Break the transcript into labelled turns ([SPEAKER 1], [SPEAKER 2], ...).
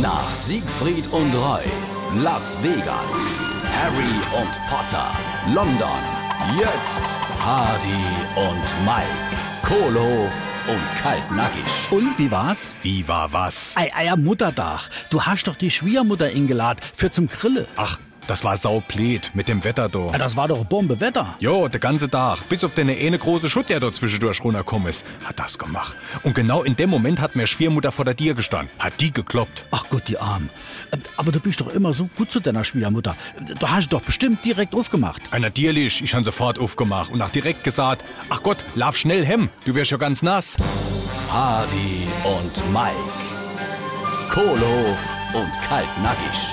[SPEAKER 1] Nach Siegfried und Roy, Las Vegas, Harry und Potter, London, jetzt Hardy und Mike, Kohlhof und Kaltnackig.
[SPEAKER 2] Und wie war's?
[SPEAKER 1] Wie war was?
[SPEAKER 2] Ei, eier Mutterdach. Du hast doch die Schwiegermutter eingeladen für zum Grille.
[SPEAKER 3] Ach, das war sauplet mit dem Wetter do.
[SPEAKER 2] Ja, das war doch Bombewetter.
[SPEAKER 3] Jo, der ganze Tag, bis auf den eine große Schutt, der dort zwischendurch runtergekommen ist, hat das gemacht. Und genau in dem Moment hat mir Schwiegermutter vor der Tür gestanden, hat die gekloppt.
[SPEAKER 2] Ach Gott, die Arm. Ähm, Aber du bist doch immer so gut zu deiner Schwiegermutter. Du hast doch bestimmt direkt aufgemacht.
[SPEAKER 3] Einer Dierlich, ich han sofort aufgemacht und nach direkt gesagt, ach Gott, lauf schnell hem, du wärst ja ganz nass.
[SPEAKER 1] Hardy und Mike, Kohlhof und Kaltnackig.